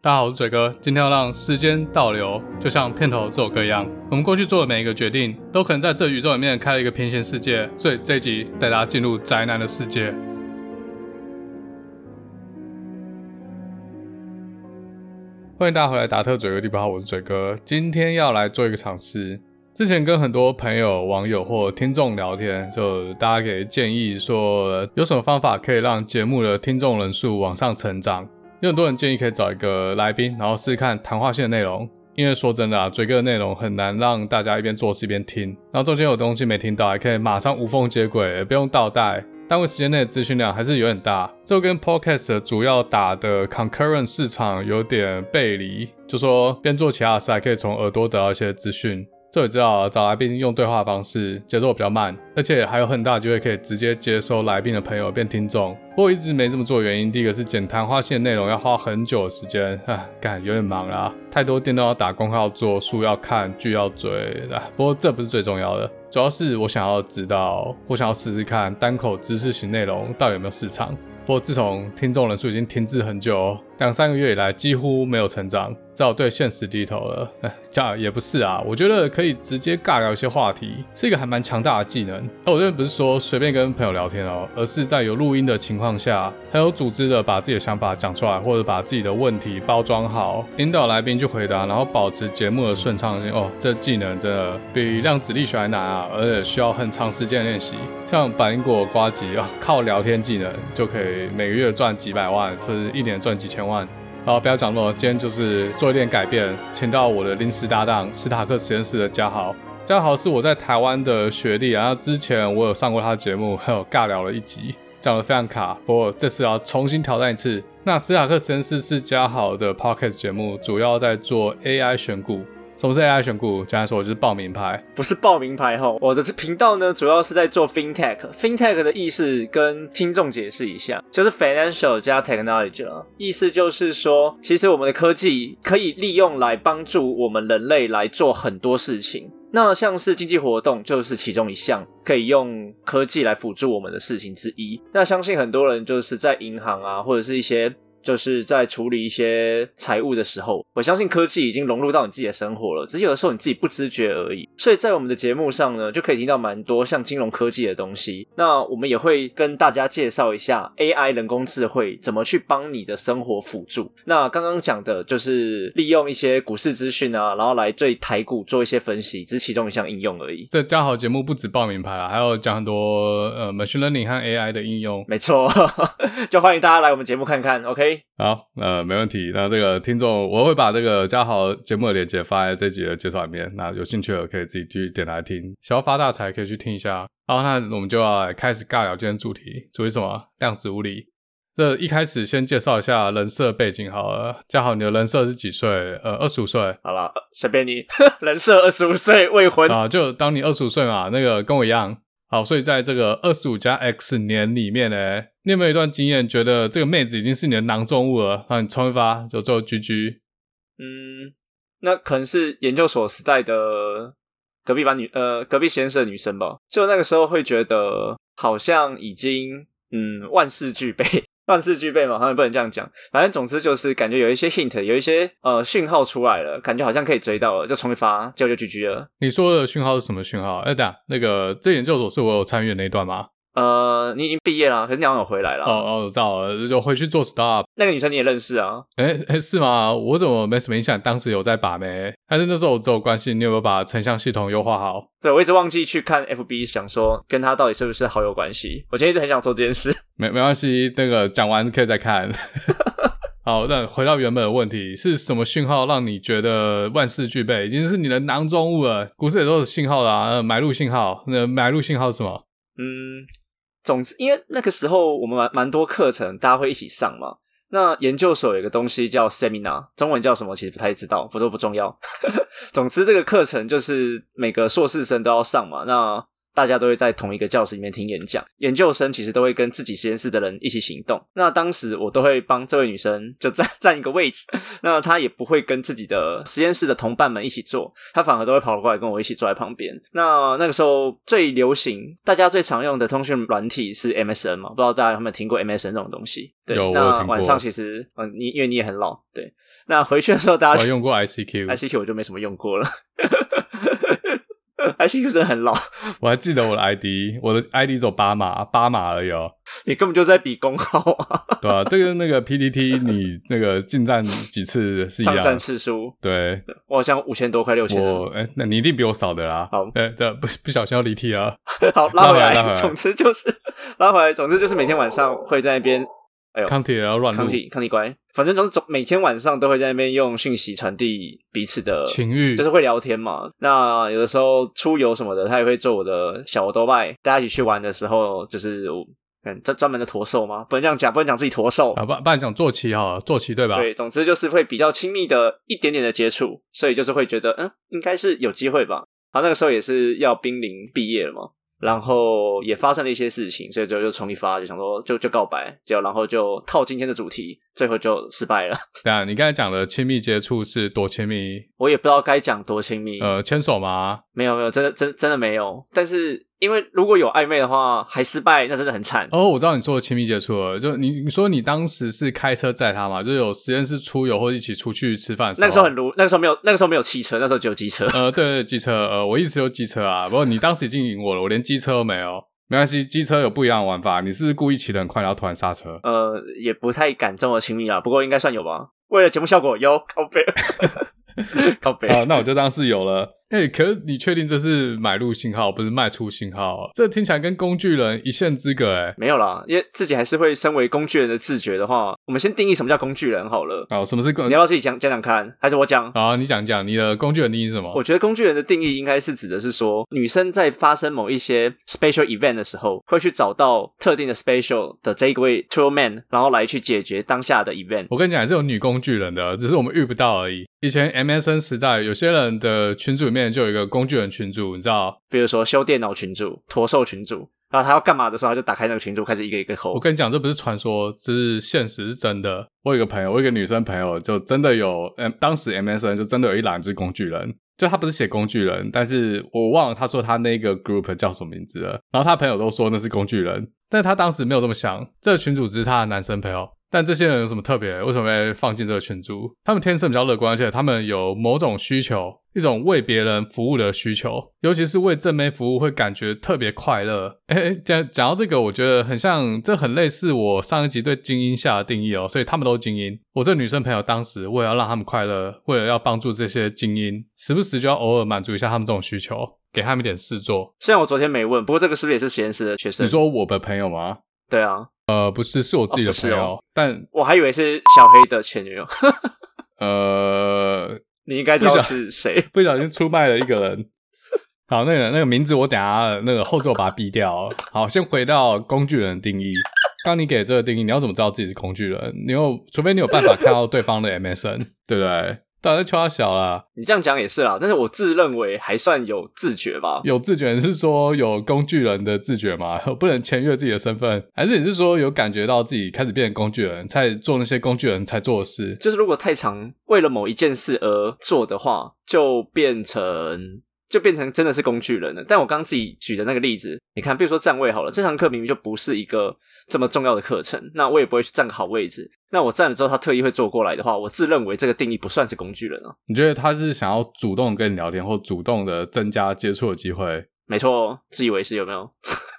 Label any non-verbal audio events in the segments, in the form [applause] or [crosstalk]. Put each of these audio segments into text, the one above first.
大家好，我是嘴哥。今天要让时间倒流，就像片头这首歌一样，我们过去做的每一个决定，都可能在这宇宙里面开了一个平行世界。所以这一集带大家进入宅男的世界。欢迎大家回来，达特嘴哥地方，我是嘴哥。今天要来做一个尝试。之前跟很多朋友、网友或听众聊天，就大家给建议说，有什么方法可以让节目的听众人数往上成长？有很多人建议可以找一个来宾，然后试试看谈话性的内容。因为说真的啊，追歌的内容很难让大家一边做事一边听，然后中间有东西没听到，还可以马上无缝接轨，也不用倒带。单位时间内的资讯量还是有点大，这跟 podcast 的主要打的 concurrent 市场有点背离。就说边做其他的事，还可以从耳朵得到一些资讯。这也知道找来宾用对话方式，节奏比较慢，而且还有很大机会可以直接接收来宾的朋友变听众。不过一直没这么做，原因第一个是剪谈话线内容要花很久的时间，啊，干有点忙啦，太多电动要打工要做，书要看，剧要追啊。不过这不是最重要的，主要是我想要知道，我想要试试看单口知识型内容到底有没有市场。不过自从听众人数已经停滞很久，两三个月以来几乎没有成长，只好对现实低头了。 [laughs] 哎，这样也不是啊，我觉得可以直接尬聊一些话题，是一个还蛮强大的技能。那我这边不是说随便跟朋友聊天哦，而是在有录音的情况下，很有组织的把自己的想法讲出来，或者把自己的问题包装好，引导来宾去回答，然后保持节目的顺畅性。哦，这技能真的比量子力学还难啊，而且需要很长时间练习。像百因果瓜吉啊，靠聊天技能就可以每个月赚几百万，甚至一年赚几千万。然后不要讲那么多，今天就是做一点改变，请到我的临时搭档史塔克实验室的嘉豪。嘉豪是我在台湾的学弟，然后之前我有上过他的节目，还有尬聊了一集，讲的非常卡。不过这次要重新挑战一次。那史塔克实验室是嘉豪的 podcast 节目，主要在做 AI 选股。什么是 AI 选股？简单说，就是报名牌。不是报名牌哈，我的这频道呢，主要是在做 fintech。fintech 的意思跟听众解释一下，就是 financial 加 technology 了。意思就是说，其实我们的科技可以利用来帮助我们人类来做很多事情。那像是经济活动就是其中一项可以用科技来辅助我们的事情之一。那相信很多人就是在银行啊，或者是一些就是在处理一些财务的时候，我相信科技已经融入到你自己的生活了，只是有的时候你自己不知觉而已。所以在我们的节目上呢，就可以听到蛮多像金融科技的东西。那我们也会跟大家介绍一下 AI 人工智慧怎么去帮你的生活辅助。那刚刚讲的就是利用一些股市资讯啊，然后来对台股做一些分析，只是其中一项应用而已。这嘉豪节目不止报名牌啦，还有讲很多呃 machine learning 和 AI 的应用。没错， [laughs] 就欢迎大家来我们节目看看。OK，好，呃，没问题。那这个听众，我会把这个嘉豪节目的链接发在这集的介绍里面。那有兴趣的可以自己去点来听，想要发大财可以去听一下。好，那我们就要来开始尬聊今天主题，主题什么？量子物理。这一开始先介绍一下人设背景好了。嘉豪，你的人设是几岁？呃，二十五岁。好了，随便你。 [laughs] 人设二十五岁未婚，啊，就当你二十五岁嘛，那个跟我一样。好，所以在这个二十五加 X 年里面呢，你有没有一段经验，觉得这个妹子已经是你的囊中物了？啊，你冲一发就最后 GG。嗯，那可能是研究所时代的隔壁班女，呃，隔壁实验室的女生吧。就那个时候会觉得好像已经嗯万事俱备， [laughs] 万事俱备嘛，好像也不能这样讲。反正总之就是感觉有一些 hint，有一些呃讯号出来了，感觉好像可以追到了，就重一发，结果就 GG 了。你说的讯号是什么讯号？哎、等一下那个这研究所是我有参与的那一段吗？呃，你已经毕业了，可是你好像有回来了。哦哦，我知道了，就回去做 stop。那个女生你也认识啊？哎、哎、是吗？我怎么没什么印象？当时有在把妹，还是那时候我只有关心你有没有把成像系统优化好？对，我一直忘记去看 FB，想说跟她到底是不是好友关系。我今天一直很想做这件事。没没关系，那个讲完可以再看。 [laughs] 好，那回到原本的问题，是什么讯号让你觉得万事俱备，已经是你的囊中物了？股市也都是信号啦、呃，买入信号，那、买入信号是什么？嗯，总之，因为那个时候我们蛮蛮多课程，大家会一起上嘛。那研究所有一个东西叫 seminar，中文叫什么其实不太知道，不过不重要。总之，这个课程就是每个硕士生都要上嘛。那大家都会在同一个教室里面听演讲，研究生其实都会跟自己实验室的人一起行动。那当时我都会帮这位女生就 [laughs] 占占一个位置，那她也不会跟自己的实验室的同伴们一起做，她反而都会跑过来跟我一起坐在旁边。那那个时候最流行，大家最常用的通讯软体是 MSN 嘛？不知道大家有没有听过 MSN 这种东西？对有，我有那听过晚上其实嗯，你因为你也很老，对。那回去的时候大我家还用过 ICQ， ICQ 我就没什么用过了。ICQ 真的很老，我还记得我的 ID，我的 ID 走八码，八码而已哦。你根本就在比功号啊， [laughs] 对啊，这个那个 PDT 你那个进站几次是一上样站。次数，对，我好像五千多，快六千啊我了。哎、那你一定比我少的啦。好对对，不不小心要离题啊。 [laughs] 好，拉回拉回来，来总之就是 [laughs] 拉回来，总之就是每天晚上会在那边康铁也要乱康入体康体乖，反正总总每天晚上都会在那边用讯息传递彼此的情欲，呃就是会聊天嘛。那有的时候出游什么的，他也会做我的小欧多拜。大家一起去玩的时候，就是我嗯专专门的驼兽吗？不能这样讲，不能讲自己驼兽。啊，不不然讲坐骑好了，坐骑对吧？对，总之就是会比较亲密的一点点的接触，所以就是会觉得，嗯，应该是有机会吧。然后那个时候也是要濒临毕业了嘛，然后也发生了一些事情，所以就就冲一发，就想说就就告白，结果然后就套今天的主题，最后就失败了。 [laughs] 对啊，你刚才讲的亲密接触是多亲密？我也不知道该讲多亲密，呃，牵手吗？没有没有，真的真真的没有。但是因为如果有暧昧的话，还失败，那真的很惨。哦，我知道你说的亲密接触了，就你你说你当时是开车载他嘛，就是有实验室出游或者一起出去吃饭的时候，啊那个时候很如，那个时候没有，那个时候没有汽车，那时候只有机车。呃，对对，机车，呃，我一直有机车啊，不过你当时已经赢我了，我连机车都没有，没关系，机车有不一样的玩法，你是不是故意骑得很快，然后突然刹车？呃，也不太敢这么亲密啊，不过应该算有吧。为了节目效果，有靠背， [laughs] 靠背。啊，那我就当是有了。哎、可是你确定这是买入信号，不是卖出信号？啊这听起来跟工具人一线之隔哎、没有啦，因为自己还是会身为工具人的自觉的话，我们先定义什么叫工具人好了。哦，什么是工你？要不要自己讲讲讲看，还是我讲？好，你讲讲你的工具人定义是什么？我觉得工具人的定义应该是指的是说，女生在发生某一些 special event 的时候，会去找到特定的 special 的这一位 true man，然后来去解决当下的 event。我跟你讲，还是有女工具人的，只是我们遇不到而已。以前 MSN 时代，有些人的群组里面就有一个工具人群组，你知道？比如说修电脑群主、驼兽群主，然后他要干嘛的时候，他就打开那个群主，开始一个一个我吼。跟你讲，这不是传说，这是现实，是真的。我有一个朋友，我有一个女生朋友，就真的有，嗯，当时 MSN 就真的有一栏就是工具人，就他不是写工具人，但是我忘了他说他那个 group 叫什么名字了。然后他朋友都说那是工具人，但他当时没有这么想。这个群主只是他的男生朋友，但这些人有什么特别？为什么会放进这个群组？他们天生比较乐观，而且他们有某种需求，一种为别人服务的需求，尤其是为正妹服务，会感觉特别快乐。 [laughs] 哎、诶讲讲到这个，我觉得很像，这很类似我上一集对精英下的定义哦。所以他们都精英。我这女生朋友当时为了要让他们快乐，为了要帮助这些精英，时不时就要偶尔满足一下他们这种需求，给他们一点事做。虽然我昨天没问，不过这个是不是也是实验室的学生？你说我的朋友吗？对啊，呃，不是，是我自己的哦不是朋友，哦但我还以为是小黑的前女友， [laughs] 呃，你应该知道是谁。不啊小心出卖了一个人。好，那个那个名字我等下那个后奏把它逼掉哦。好，先回到工具人的定义。当你给这个定义，你要怎么知道自己是工具人？你有，除非你有办法看到对方的 MSN，对 [laughs] 不对？当然，秋他小啦，你这样讲也是啦，但是我自认为还算有自觉吧。有自觉是说有工具人的自觉嘛， [laughs] 不能僭越自己的身份，还是你是说有感觉到自己开始变成工具人，才做那些工具人才做的事？就是如果太常为了某一件事而做的话，就变成就变成真的是工具人了。但我刚刚自己举的那个例子，你看，比如说站位好了，这堂课明明就不是一个这么重要的课程，那我也不会去站个好位置。那我站了之后，他特意会坐过来的话，我自认为这个定义不算是工具人啊。你觉得他是想要主动跟你聊天，或主动的增加接触的机会？没错，哦自以为是有没有？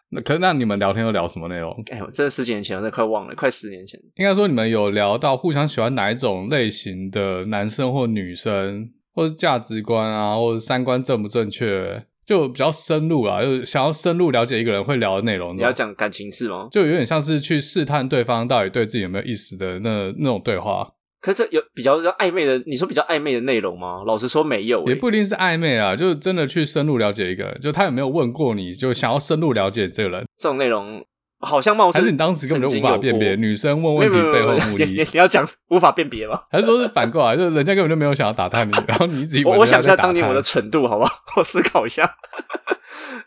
那可那你们聊天都聊什么内容？哎，我真的十几年前，我真的快忘了，快十年前。应该说你们有聊到互相喜欢哪一种类型的男生或女生，或是价值观啊，或者三观正不正确，就比较深入啊，就是想要深入了解一个人会聊的内容。你要讲感情事吗？就有点像是去试探对方到底对自己有没有意思的那那种对话，可是这有比较比较暧昧的，你说比较暧昧的内容吗？老实说没有、欸，也不一定是暧昧啊，就是真的去深入了解一个人，就他有没有问过你，就想要深入了解这个人。这种内容，好像貌似还是你当时根本就无法辨别女生问问题没有没背有后没有目你的你，你要讲无法辨别吗？还是说是反过来，就是人家根本就没有想要打探你，然后你一直以为我我人家想一下在打当年我的探蠢度，好不好？ [laughs] 我思考一下。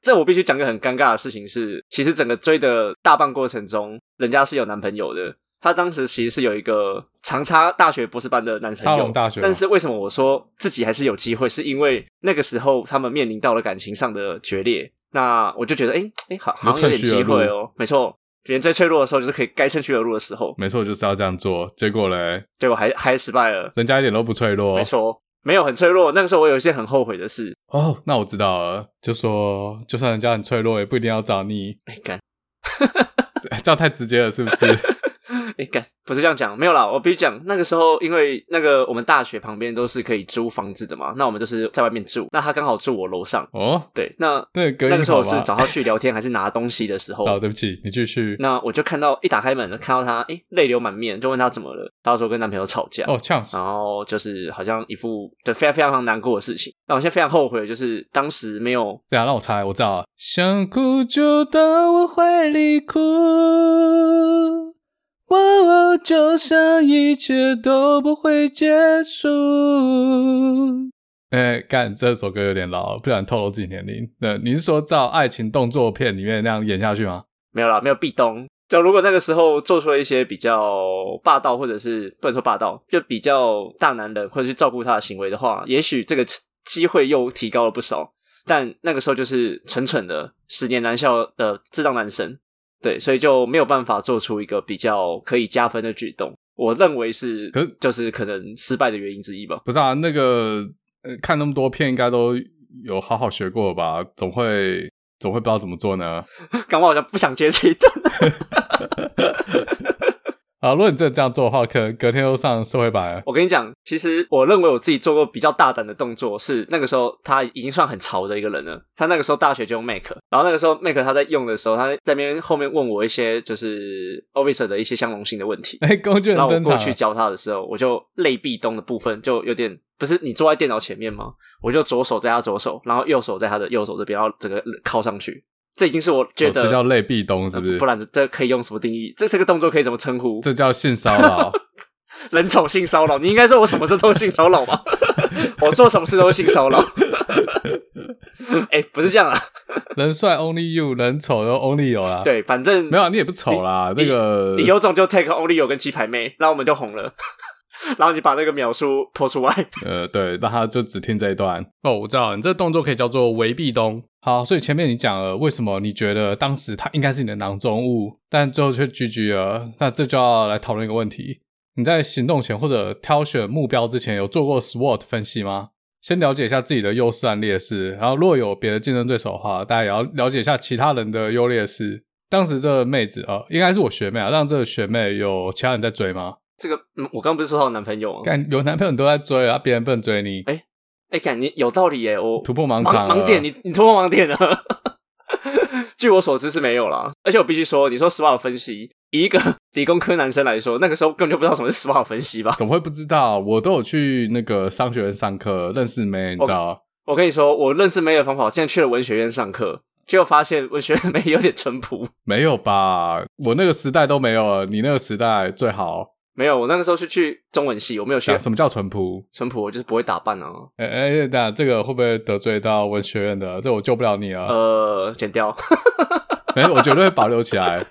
这我必须讲个很尴尬的事情是，其实整个追的大半过程中，人家是有男朋友的。她当时其实是有一个长沙大学博士班的男朋友，沙龙大学吗但是为什么我说自己还是有机会？是因为那个时候他们面临到了感情上的决裂。那我就觉得，哎、哎，好好像有点你就趁虚而机入会哦。没错，别人最脆弱的时候，就是可以该趁虚而入的时候。没错，就是要这样做。结果嘞，对我还还失败了，人家一点都不脆弱。没错，没有很脆弱。那个时候我有一些很后悔的事，哦，那我知道了。就说，就算人家很脆弱，也不一定要找你。 [laughs] 哎，干。这样太直接了，是不 [laughs] 是？哎，干不是这样讲，没有啦，我必须讲，那个时候因为那个我们大学旁边都是可以租房子的嘛，那我们就是在外面住，那他刚好住我楼上，哦，对，那那个隔音那个时候我好吧是找他去聊天还是拿东西的时候，哦，对不起，你继续。那我就看到一打开门看到他，哎，泪流满面，就问他怎么了，他说跟男朋友吵架，哦，呛死然！后就是好像一副对非常非常难过的事情，那我现在非常后悔，就是当时没有对啊，让我猜，我知道了。想哭就到我怀里哭，哦，就像一切都不会结束。哎，干，这首歌有点老，不然透露自己年龄。那你是说照爱情动作片里面那样演下去吗？没有啦，没有壁咚。就如果那个时候做出了一些比较霸道，或者是不能说霸道，就比较大男人，或者去照顾他的行为的话，也许这个机会又提高了不少。但那个时候就是蠢蠢的十年男校的智障男神，对，所以就没有办法做出一个比较可以加分的举动。我认为是可是，就是可能失败的原因之一吧。 [laughs] 不是啊，那个、呃、看那么多片，应该都有好好学过吧？总会总会不知道怎么做呢？刚我好像不想接这一段，啊，如果你真的这样做的话，可能隔天又上社会版了。我跟你讲，其实我认为我自己做过比较大胆的动作是，那个时候他已经算很潮的一个人了。他那个时候大学就用 Mac，然后那个时候 Mac 他在用的时候，他在那边后面问我一些就是 Officer 的一些相容性的问题。哎、工具人然后我登场过了，去教他的时候，我就类壁咚的部分就有点不是你坐在电脑前面吗？我就左手在他左手，然后右手在他的右手这边，然后整个靠上去。这已经是我觉得、哦这叫类壁咚是不是不然这可以用什么定义？这这个动作可以怎么称呼？这叫性骚 [laughs] 扰。人丑性骚扰，你应该说我什么事都是性骚扰 [laughs] 吧？我做什么事都是性骚 [laughs] 扰。哎、不是这样啊，人帅 only you，人丑就 only 有啦。，对，反正没有、啊、你也不丑啦。那个你有种就 take only 有跟鸡排妹，然后我们就红了。 [laughs] 然后你把那个描述泼出来，呃，对，那他就只听这一段。哦，我知道了，你这动作可以叫做围壁咚。好，所以前面你讲了为什么你觉得当时他应该是你的囊中物，但最后却居居了。那这就要来讨论一个问题：你在行动前或者挑选目标之前，有做过 SWOT 分析吗？先了解一下自己的优势和劣势，然后若有别的竞争对手的话，大家也要了解一下其他人的优劣势。当时这个妹子啊、呃应该是我学妹啊，让这个学妹有其他人在追吗？这个、嗯、我刚刚不是说她有男朋友吗？干有男朋友你都在追啊，别人不能追你。哎，看你有道理耶，我突破盲盲啊场了盲点，你你突破盲点了。 [laughs] 据我所知是没有啦，而且我必须说，你说 SWOT 分析，以一个理工科男生来说，那个时候根本就不知道什么是 SWOT 分析吧？怎么会不知道？我都有去那个商学院上课，认识妹，哦你知道？我跟你说，我认识梅的方法，我竟然去了文学院上课，结果发现文学院梅有点淳朴。 [laughs] 没有吧？我那个时代都没有了，你那个时代最好。没有，我那个时候是去中文系，我没有学啊什么叫淳朴？淳朴，我就是不会打扮啊。哎哎，那这个会不会得罪到文学院的？这我救不了你了。呃，剪掉。 [laughs] 没有，我绝对会保留起来。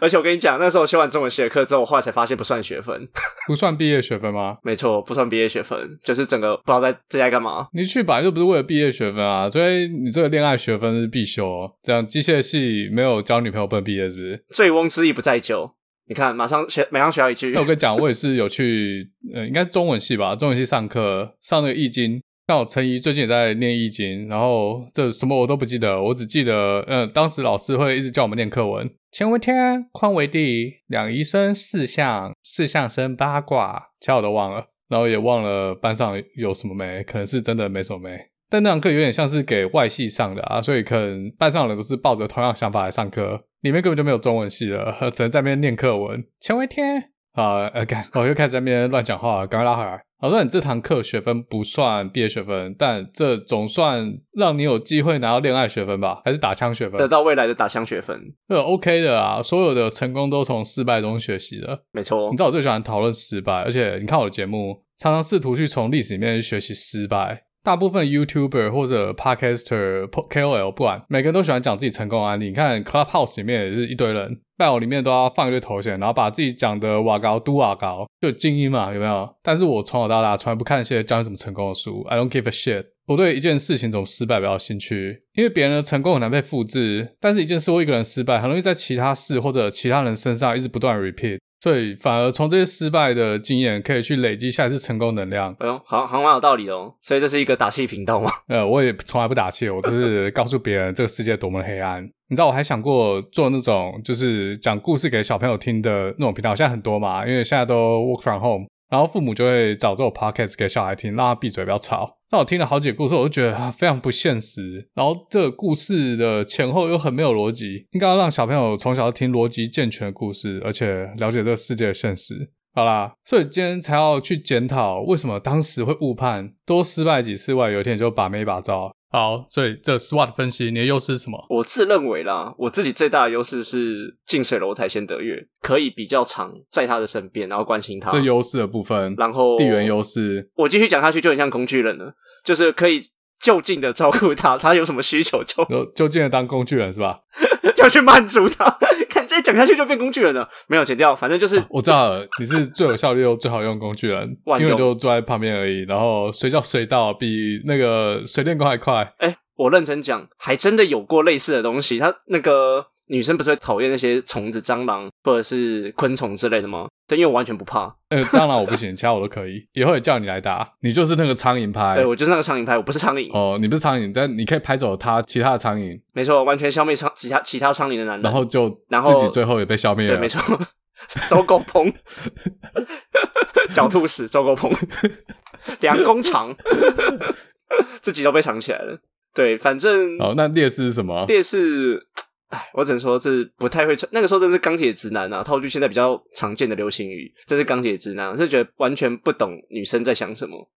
而且我跟你讲，那时候我修完中文系的课之后，我后来才发现不算学分。 [laughs] 不算毕业学分吗？没错，不算毕业学分，就是整个不知道在这在干嘛。你去本来就不是为了毕业学分啊，所以你这个恋爱学分是必修、哦。这样机械系没有交女朋友不能毕业，是不是？醉翁之意不在酒，你看，马上学马上学到一句那 [laughs] 我，跟你讲，我也是有去，呃，应该是中文系吧，中文系上课上那个易经。那我陈怡最近也在念易经，然后这什么我都不记得，我只记得，嗯、当时老师会一直叫我们念课文：乾为天，坤为地，两仪生四象，四象生八卦。其他我都忘了，然后也忘了班上有什么没，可能是真的没什么没。但那堂课有点像是给外系上的啊，所以可能班上的人都是抱着同样想法来上课，里面根本就没有中文系 [laughs] 了，只能在那边念课文。前为天啊，呃，干，我又开始在那边乱讲话了，赶快拉回来。老师，你这堂课学分不算毕业学分，但这总算让你有机会拿到恋爱学分吧？还是打枪学得分？到未来的打枪学分，这 OK 的啊，所有的成功都从失败中学习的。没错你知。道我最喜欢讨论失败，而且你看我的节目，常常试图去从历史里面去学习失败。大部分 YouTuber 或者 Podcaster、po- KOL 不管，每个人都喜欢讲自己成功的案例。你看 Clubhouse 里面也是一堆人，Bio 里面都要放一堆头衔，然后把自己讲的瓦高都瓦高，就精英嘛，有没有？但是我从小到大从来不看那些教你怎么成功的书，I don't give a shit。我对一件事情怎么失败比较有兴趣，因为别人的成功很难被复制，但是一件事或一个人失败，很容易在其他事或者其他人身上一直不断 repeat。所以反而从这些失败的经验，可以去累积下一次成功能量。哎呦，好，好像蛮有道理的哦。所以这是一个打气频道嘛？呃，我也从来不打气，我只是告诉别人这个世界多么的黑暗。你知道，我还想过做那种就是讲故事给小朋友听的那种频道，现在很多嘛，因为现在都 work from home，然后父母就会找这种 podcast 给小孩听，让他闭嘴不要吵。那我听了好几个故事，我就觉得啊非常不现实。然后这个故事的前后又很没有逻辑，应该要让小朋友从小听逻辑健全的故事，而且了解这个世界的现实。好啦，所以今天才要去检讨为什么当时会误判，多失败几次外，有一天你就把妹把招。好，所以这 SWOT 分析，你的优势是什么？我自认为啦，我自己最大的优势是近水楼台先得月，可以比较常在他的身边，然后关心他。这优势的部分，然后地缘优势，我继续讲下去就很像工具人了，就是可以就近的照顾他，他有什么需 [laughs] 求就然后就进了当工具人是吧？就去满足他。看这讲下去就变工具人了，没有剪掉，反正就是我知道了，你是最有效率又最好用的工具人，因 [laughs] 万为用你就坐在旁边而已，然后随叫随到，比那个水电工还快。哎、我认真讲，还真的有过类似的东西。他那个女生不是会讨厌那些虫子、蟑螂或者是昆虫之类的吗？对，因为我完全不怕。呃，蟑螂我不行，其他我都可以。 [laughs] 以后也叫你来打，你就是那个苍蝇拍对，。我就是那个苍蝇拍，我不是苍蝇，哦，你不是苍蝇，但你可以拍走它，其他的苍蝇，没错，完全消灭苍其他其他苍蝇的男人。然后啊就嗯然后自己最后也被消灭对，了。没错， [laughs] 周狗 [laughs] 鹏，狡兔死，周狗鹏，梁公长， [laughs] 自己都被藏起来了。对，反正好，那劣势是什么？烈士，哎，我只能说这不太会穿。那个时候真是钢铁直男啊，套句现在比较常见的流行语，这是钢铁直男，啊是觉得完全不懂女生在想什么，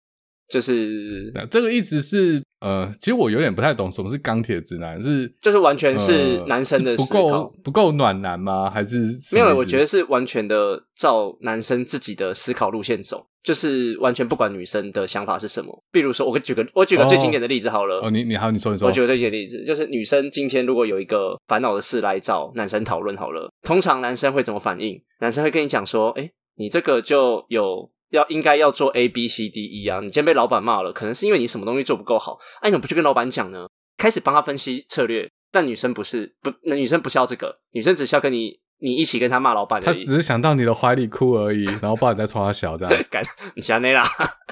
就是那这个意思是，呃，其实我有点不太懂什么是钢铁直男，是就是完全是呃男生的是不思考够不够暖男吗？还是什没么有，意思我觉得是完全的照男生自己的思考路线走，就是完全不管女生的想法是什么。比如说，我给举个我举个最经典的例子好了，哦，你你还有你说你说我，举个最简单的例子，就是女生今天如果有一个烦恼的事来找男生讨论好了，通常男生会怎么反应？男生会跟你讲说：“哎，你这个就有要应该要做 A B C D E 啊，你今天被老板骂了，可能是因为你什么东西做不够好，哎、你怎么不去跟老板讲呢？”开始帮他分析策略，但女生不是不，那女生不是要这个，女生只是要跟你你一起跟他骂老板他而已只。是想到你的怀里哭而已，然后不然再冲他小这样。干你瞎内啦。 [laughs]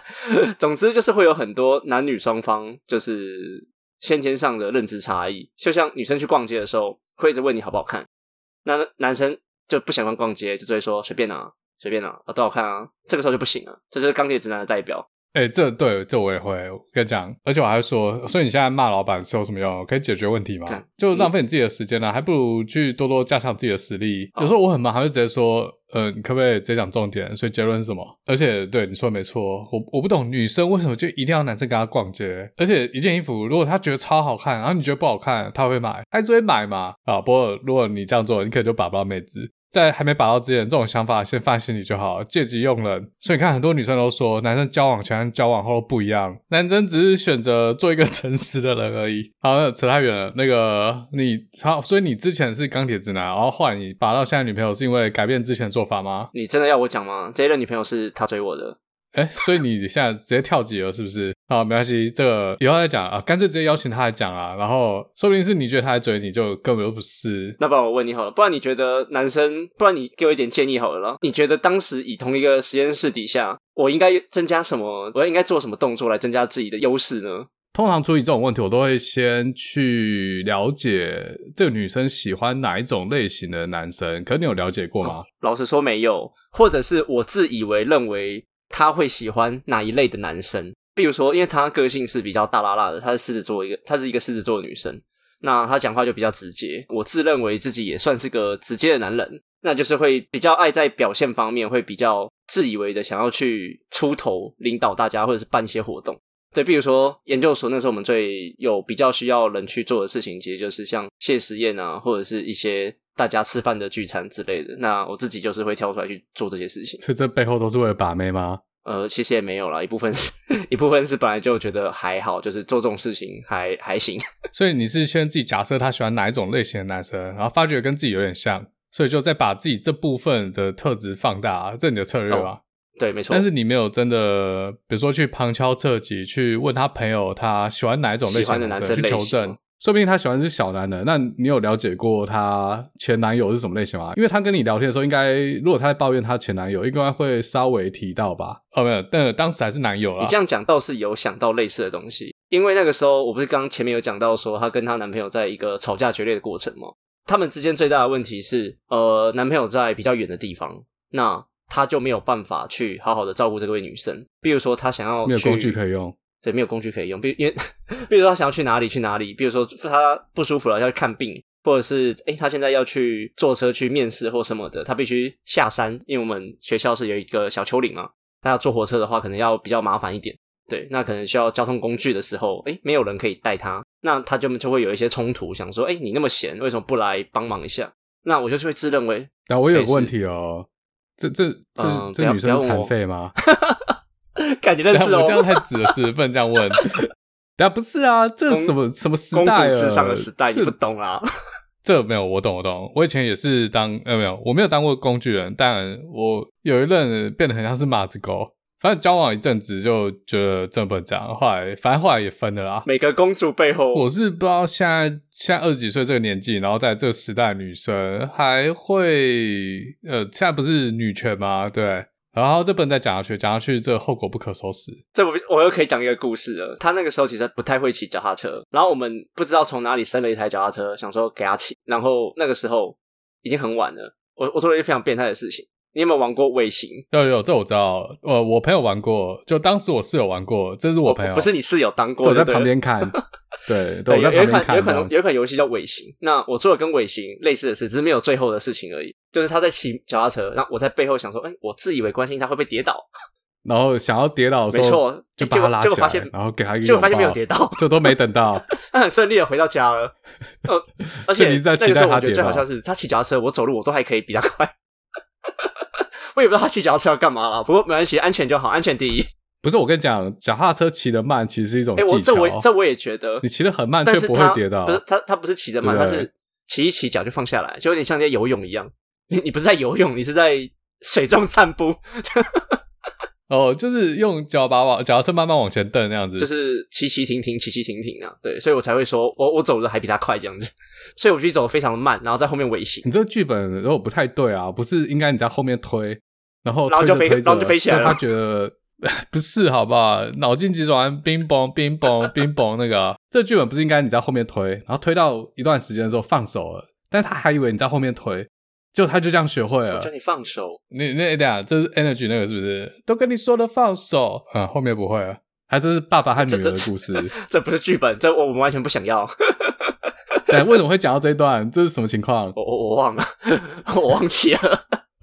总之就是会有很多男女双方就是先天上的认知差异，就像女生去逛街的时候会一直问你好不好看，那男生就不喜欢逛街，就只会说随便啊，随便啊，啊都好看啊，这个时候就不行了，这就是钢铁直男的代表。哎、这对这我也会我跟你讲，而且我还会说，所以你现在骂老板是有什么用？可以解决问题吗看？就浪费你自己的时间啦、还不如去多多加强自己的实力。哦有时候我很忙，还会直接说，呃，你可不可以直接讲重点？所以结论是什么？而且对你说的没错，我我不懂女生为什么就一定要男生跟她逛街，而且一件衣服如果她觉得超好看，然后你觉得不好看，她会买，她只会买嘛。啊，不过如果你这样做，你可能就把不到妹子。在还没把到之前，这种想法先放在心里就好，借机用人。所以你看，很多女生都说，男生交往前和交往后都不一样，男生只是选择做一个诚实的人而已。 [laughs] 好，那扯太远了。那个你，好，所以你之前是钢铁直男，然后后来你把到现在女朋友，是因为改变之前的做法吗？ [laughs] 你真的要我讲吗？这一任女朋友是他追我的，哎，所以你现在直接跳级了，是不是？ [laughs] 啊，没关系，这个以后再讲啊，干脆直接邀请他来讲啊。然后说不定是你觉得他在追你，就根本就不是。那不然我问你好了，不然你觉得男生，不然你给我一点建议好了啦。你觉得当时以同一个实验室底下，我应该增加什么？我应该做什么动作来增加自己的优势呢？通常处理这种问题，我都会先去了解这个女生喜欢哪一种类型的男生。可是你有了解过吗？老实说没有，或者是我自以为认为他会喜欢哪一类的男生。比如说，因为他个性是比较大拉拉的，他是狮子座一个，她是一个狮子座的女生，那她讲话就比较直接。我自认为自己也算是个直接的男人，那就是会比较爱在表现方面会比较自以为的想要去出头领导大家，或者是办一些活动。对，比如说研究所那时候我们最有比较需要人去做的事情，其实就是像谢实验啊，或者是一些大家吃饭的聚餐之类的。那我自己就是会跳出来去做这些事情。所以这背后都是为了把妹吗？呃，其实也没有啦，一部分是 [laughs] 一部分是本来就觉得还好，就是做这种事情还还行。 [laughs] 所以你是先自己假设他喜欢哪一种类型的男生，然后发觉跟自己有点像，所以就再把自己这部分的特质放大，这是你的策略吧？对，没错。但是你没有真的，比如说去旁敲侧击去问他朋友他喜欢哪一种类型喜欢的男生，生去求类证型。说不定他喜欢的是小男人，那你有了解过他前男友是什么类型吗？因为他跟你聊天的时候，应该如果他在抱怨他前男友，应该会稍微提到吧？哦，没有，但当时还是男友啦。你这样讲倒是有想到类似的东西，因为那个时候我不是刚前面有讲到说她跟她男朋友在一个吵架决裂的过程吗？他们之间最大的问题是，呃，男朋友在比较远的地方，那他就没有办法去好好的照顾这位女生。比如说，他想要没有去工具可以用，对，没有工具可以用。比 [laughs] 因为，比如说他想要去哪里去哪里，比如说他不舒服了要去看病，或者是诶他现在要去坐车去面试或什么的，他必须下山，因为我们学校是有一个小丘陵嘛，那坐火车的话可能要比较麻烦一点。对，那可能需要交通工具的时候，诶没有人可以带他，那他就就会有一些冲突，想说，诶你那么闲，为什么不来帮忙一下？那我就会自认为， [laughs] 但我有没个事问题哦，这这这嗯不这要女生不是要问残我废 [laughs] 吗？感觉认但识啊我哦这，样太直了，是不能这样 [laughs] 问。但不是啊，这公什么什么时公代啊主了？至上的时代，这你不懂啊啦。这没有，我懂，我懂。我以前也是当呃没有，我没有当过工具人，但我有一任变得很像是马子狗。反正交往一阵子就觉得这么这样，后来反正后来也分了啦。 [laughs] 每个公主背后，我是不知道现在现在二十几岁这个年纪，然后在这个时代，女生还会呃，现在不是女权吗？对，然后这不能再讲下去，讲下去这后果不可收拾。这我我又可以讲一个故事了。他那个时候其实不太会骑脚踏车，然后我们不知道从哪里生了一台脚踏车，想说给他骑。然后那个时候已经很晚了，我我做了一件非常变态的事情。你有没有玩过卫星？有有，这我知道。呃，我朋友玩过，就当时我室友玩过，这是我朋友，哦不是你室友当过我在就对了旁边 [laughs] 看，对，对，对，我在有旁有一边款有一看款的。有一款游戏叫尾行，那我做了跟尾行类似的事，只是没有最后的事情而已。就是他在骑脚踏车，然后我在背后想说，哎，我自以为关心他会不会跌倒，然后想要跌倒的时候，没错就结把他果拉结起果来，发现然后给他一个结果发现拥没有抱跌倒就都没等到。 [laughs] [laughs] 他很顺利的回到家了。呃，而所以且你是在期那个时待候他我跌觉得最倒好笑是，他骑脚踏车，我走路我都还可以比他快。 [laughs] 我也不知道他骑脚踏车要干嘛啦，不过没关系，安全就好，安全第一。不是我跟你讲，脚踏车骑得慢其实是一种哎、技巧。哦我这我也这我也觉得，你骑得很慢但却是不他会跌倒不，是他他不是骑着慢，对不他对是骑一骑脚就放下来，就有点像在游泳一样。你你不是在游泳，你是在水中散步，哦，就是用脚把往脚踏车慢慢往前蹬那样子，就是骑骑停停，骑骑停停啊。对，所以我才会说我我走的还比他快这样子，所以我就走得非常慢，然后在后面尾行。你这个剧本如果不太对啊，不是应该你在后面推，然后然后推着就飞推着然后就飞起来了他觉得 [laughs] 不是，好不好？脑筋急转弯，冰崩冰崩冰崩，那个啊这剧本不是应该你在后面推，然后推到一段时间的时候放手了，但他还以为你在后面推，结果他就这样学会了我。叫你放手，你那等一下，这是 energy 那个是不是？都跟你说了放手，嗯，后面不会了。还这是爸爸和女这儿这的故事，这不是剧本，这我我们完全不想要。对，为什么会讲到这一段？这是什么情况？我我我忘了， [laughs] 我忘记了，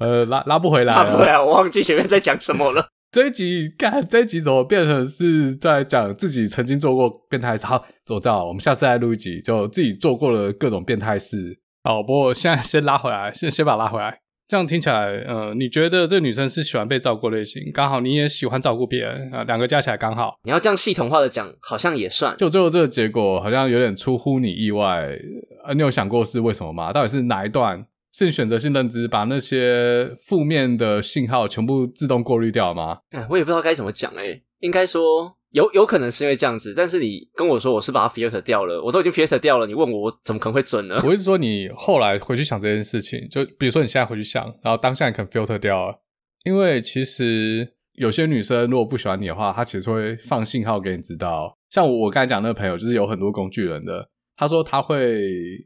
呃，拉拉不回来他了，不会啊，我忘记前面在讲什么了。 [laughs] 这一集干，这一集怎么变成是在讲自己曾经做过变态事？好，我知道了，我们下次再录一集，就自己做过的各种变态事。好，不过现在先拉回来，先先把它拉回来。这样听起来，呃，你觉得这个女生是喜欢被照顾类型，刚好你也喜欢照顾别人啊，两个加起来刚好。你要这样系统化的讲，好像也算。就最后这个结果好像有点出乎你意外，呃，你有想过是为什么吗？到底是哪一段是你选择性认知把那些负面的信号全部自动过滤掉吗？哎我也不知道该怎么讲哎、应该说有有可能是因为这样子，但是你跟我说我是把它 filter 掉了，我都已经 filter 掉了，你问我我怎么可能会 [laughs] 准呢？我一直说你后来回去想这件事情，就比如说你现在回去想，然后当下你可能 filter 掉了，因为其实有些女生如果不喜欢你的话，她其实会放信号给你知道。像我我刚才讲那个朋友，就是有很多工具人的，他说他会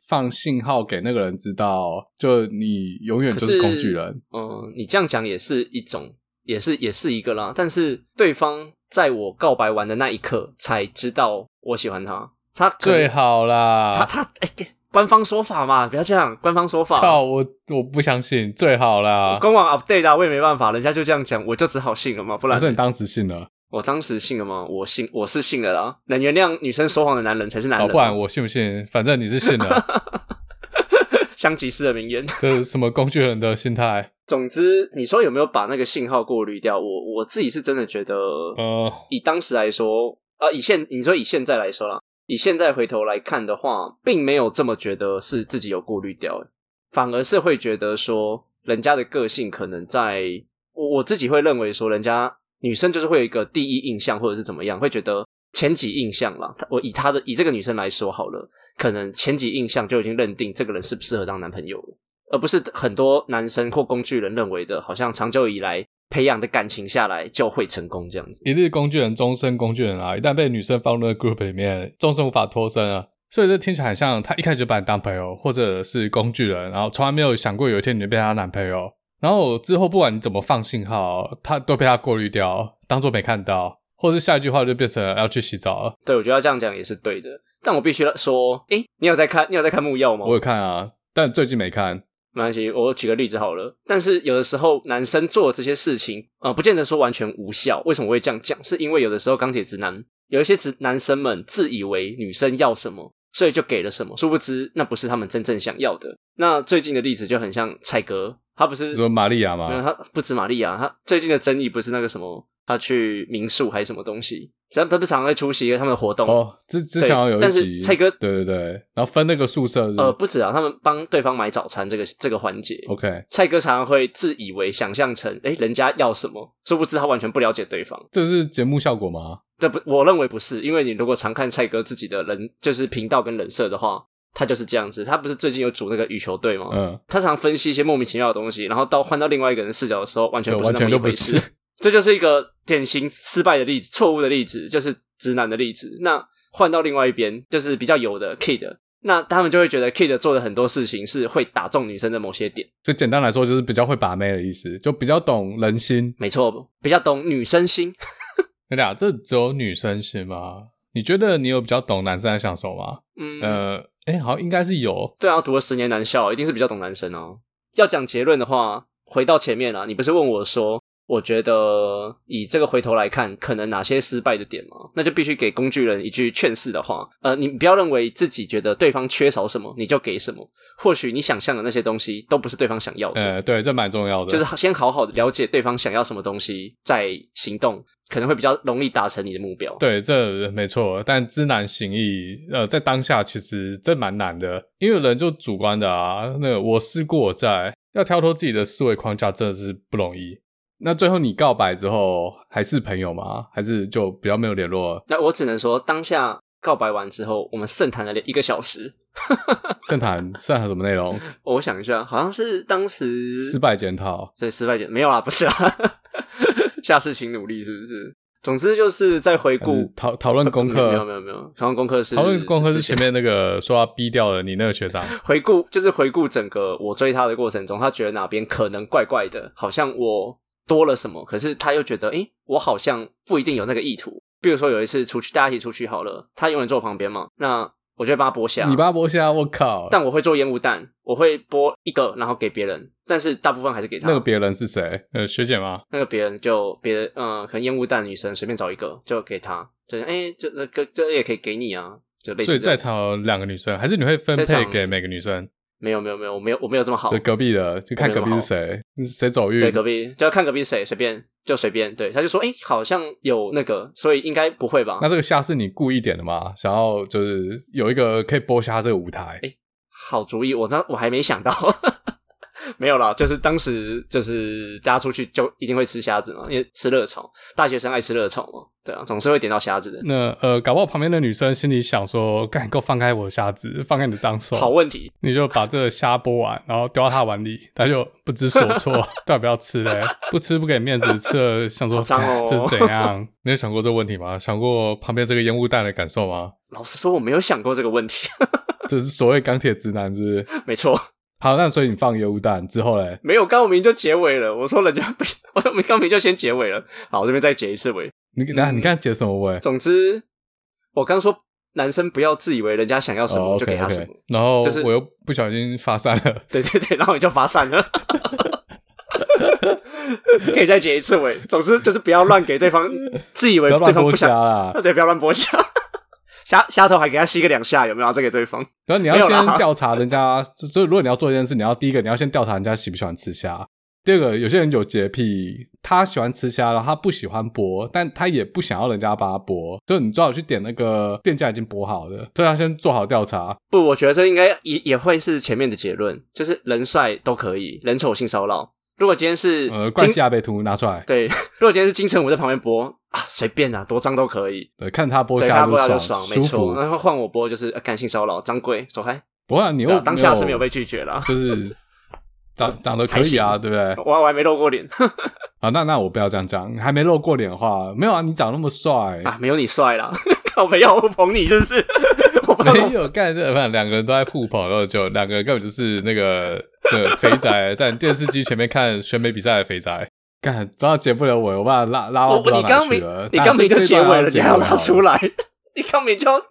放信号给那个人知道，就你永远就可是工具人。嗯，你这样讲也是一种，也是也是一个啦。但是对方在我告白完的那一刻才知道我喜欢他，他可能最好啦，他他哎、官方说法嘛，不要这样，官方说法。靠，我我不相信，最好啦。官网 update 啊，我也没办法，人家就这样讲，我就只好信了嘛，不还然是你当时信了，我当时信了吗？我信，我是信了啦。能原谅女生说谎的男人才是男哦，人， [laughs] 不然我信不信？反正你是信了，香吉士的名言。 [laughs] 这是什么工具人的心态？总之，你说有没有把那个信号过滤掉？我我自己是真的觉得，呃，以当时来说，啊，以现你说以现在来说啦，以现在回头来看的话，并没有这么觉得是自己有过滤掉，欸反而是会觉得说人家的个性可能在我我自己会认为说，人家女生就是会有一个第一印象或者是怎么样，会觉得前几印象啦。她我以她的以这个女生来说好了，可能前几印象就已经认定这个人适不适合当男朋友了。而不是很多男生或工具人认为的，好像长久以来培养的感情下来就会成功这样子。一日工具人，终身工具人啊！一旦被女生放入那个 group 里面，终身无法脱身啊！所以这听起来很像他一开始就把你当朋友，或者是工具人，然后从来没有想过有一天你会变成他男朋友。然后之后不管你怎么放信号，他都被他过滤掉，当做没看到，或者是下一句话就变成要去洗澡了。对，我觉得这样讲也是对的。但我必须说，诶，你有在看？你有在看木曜吗？我有看啊，但最近没看。没关系，我举个例子好了。但是有的时候男生做这些事情，呃，不见得说完全无效。为什么会这样讲？是因为有的时候钢铁直男有一些直男生们自以为女生要什么，所以就给了什么，殊不知那不是他们真正想要的。那最近的例子就很像蔡哥，他不是你说玛利亚没有，吗？他不止玛利亚，他最近的争议不是那个什么，他去民宿还是什么东西，他他不是常会出席他们的活动，哦，之之前好像有一但是集，蔡哥对对对，然后分那个宿舍是不是呃，不止啊，他们帮对方买早餐这个这个环节， OK，蔡哥常常会自以为想象成，哎，人家要什么，殊不知他完全不了解对方。这是节目效果吗？这不，我认为不是，因为你如果常看蔡哥自己的人，就是频道跟人设的话，他就是这样子。他不是最近有组那个羽球队吗？嗯，他常分析一些莫名其妙的东西，然后到换到另外一个人视角的时候，完全就不是完那么全一就不回事是。。 [laughs] 这就是一个典型失败的例子、错误的例子，就是直男的例子。那换到另外一边，就是比较有的 kid，那他们就会觉得 kid 做的很多事情是会打中女生的某些点，就简单来说，就是比较会把妹的意思，就比较懂人心。没错，比较懂女生心。哎呀，这只有女生是吗？你觉得你有比较懂男生在想什么吗？嗯，呃，哎、好像应该是有。对啊，读了十年男校，一定是比较懂男生哦。要讲结论的话，回到前面啊，你不是问我说，我觉得以这个回头来看，可能哪些失败的点吗？那就必须给工具人一句劝世的话，呃，你不要认为自己觉得对方缺少什么，你就给什么。或许你想象的那些东西，都不是对方想要的。呃，对，这蛮重要的。就是先好好的了解对方想要什么东西，再行动，可能会比较容易达成你的目标。对，这没错。但知难行易，呃，在当下其实这蛮难的，因为人就主观的啊。那个我试过我在，要跳脱自己的思维框架，真的是不容易。那最后你告白之后，还是朋友吗？还是就比较没有联络了？那我只能说，当下告白完之后，我们盛谈了一个小时。盛谈盛谈什么内 [laughs] 容？哦我想一下，好像是当时失，败检讨。所以失败点没有啦，不是啦， [laughs] 下次请努力，是不是？总之就是在回还是顾呃讨讨论功课没有没有没有，讨论功课是讨论功课是之前前面那个说要逼掉的你那个学长，回顾，就是回顾整个我追他的过程中，他觉得哪边可能怪怪的，好像我多了什么，可是他又觉得，诶，我好像不一定有那个意图。比如说有一次出去，大家一起出去好了，他永远坐我旁边嘛，那我就会帮他剥虾，你把他剥虾，我靠！啊但我会做烟雾弹，我会剥一个，然后给别人，但是大部分还是给他。那个别人是谁？呃，学姐吗？那个别人就别人，嗯，可能烟雾弹女生随便找一个就给她，就是哎、这这个这也可以给你啊，就类所似以这在样。场有两个女生，还是你会分在配场哦给每个女生？没有没有没有，我没有我没有这么好就，隔壁的，就看隔壁是谁，谁走运。对隔壁就要看隔壁谁随便就随便，对他就说哎、好像有那个，所以应该不会吧那？这个虾是你故意点的吗？想要就是有一个可以剥虾这个舞台，好主意，我那我还没想到， [laughs] 没有啦，就是当时就是大家出去就一定会吃虾子嘛，因为吃热炒，大学生爱吃热炒嘛，对啊，总是会点到虾子的。那呃，搞不好旁边的女生心里想说：“干，给我放开我的虾子，放开你的脏手。”好问题，你就把这个虾剥完，然后丢到他碗里，他就不知所措， [laughs] 到底要不要吃嘞？不吃不给面子，吃了想说、好脏哦哎 [laughs] 这是怎样？你有想过这个问题吗？想过旁边这个烟雾弹的感受吗？老实说我没有想过这个问题，这是所谓钢铁直男，是不是？没错。好，那所以你放烟雾弹之后嘞，没有，刚我明就结尾了。我说人家不，我说刚明就先结尾了。好，我这边再结一次尾。你等下、嗯你看解什么味？总之，我刚说男生不要自以为人家想要什么哦就给他 OK，OK 什么，然后就是我又不小心发散了，对对对，然后你就发散了。 [laughs] 可以再结一次尾。总之就是不要乱给对方，自以不为要对乱方剥不虾想，啦。对，不要乱剥虾， [laughs] 虾虾头还给他吸个两下，有没有？再给对方。然后你要没有先啦调查人家，就就如果你要做一件事，你要第一个你要先调查人家喜不喜欢吃虾。第二个，有些人有洁癖，他喜欢吃虾，然后他不喜欢剥，但他也不想要人家帮他剥，就你最好去点那个店家已经剥好的，所以要先做好调查。不，我觉得这应该也也会是前面的结论，就是人帅都可以，人丑性骚扰。如果今天是呃，怪金西亚被图拿出来，对， [laughs] 如果今天是金城武在旁边播啊，随便啊，多脏都可以，对，看他剥对，虾看到就爽，爽，没舒错。服。然后换我播就是呃干性骚扰，张贵手嗨，不过你对又啊当下是没有被拒绝啦， [laughs] [laughs] 就是长长得可以啊，对不对？我我还哦没露过脸啊，那那我不要这样讲，还没露过脸的话，没有啊，你长那么帅， [laughs] 啊，没有你帅啦，我没有我捧你是不是？ [laughs] 我不没有干这，不然两个人都在互捧，然后就两个人根本就是那个这肥宅在电视机前面看选美比赛的肥宅，干不知道结不了尾，我把他拉拉到我啊不知道你哪刚去明了。你大刚明这就结尾了，你还要拉出来？来？你刚明就要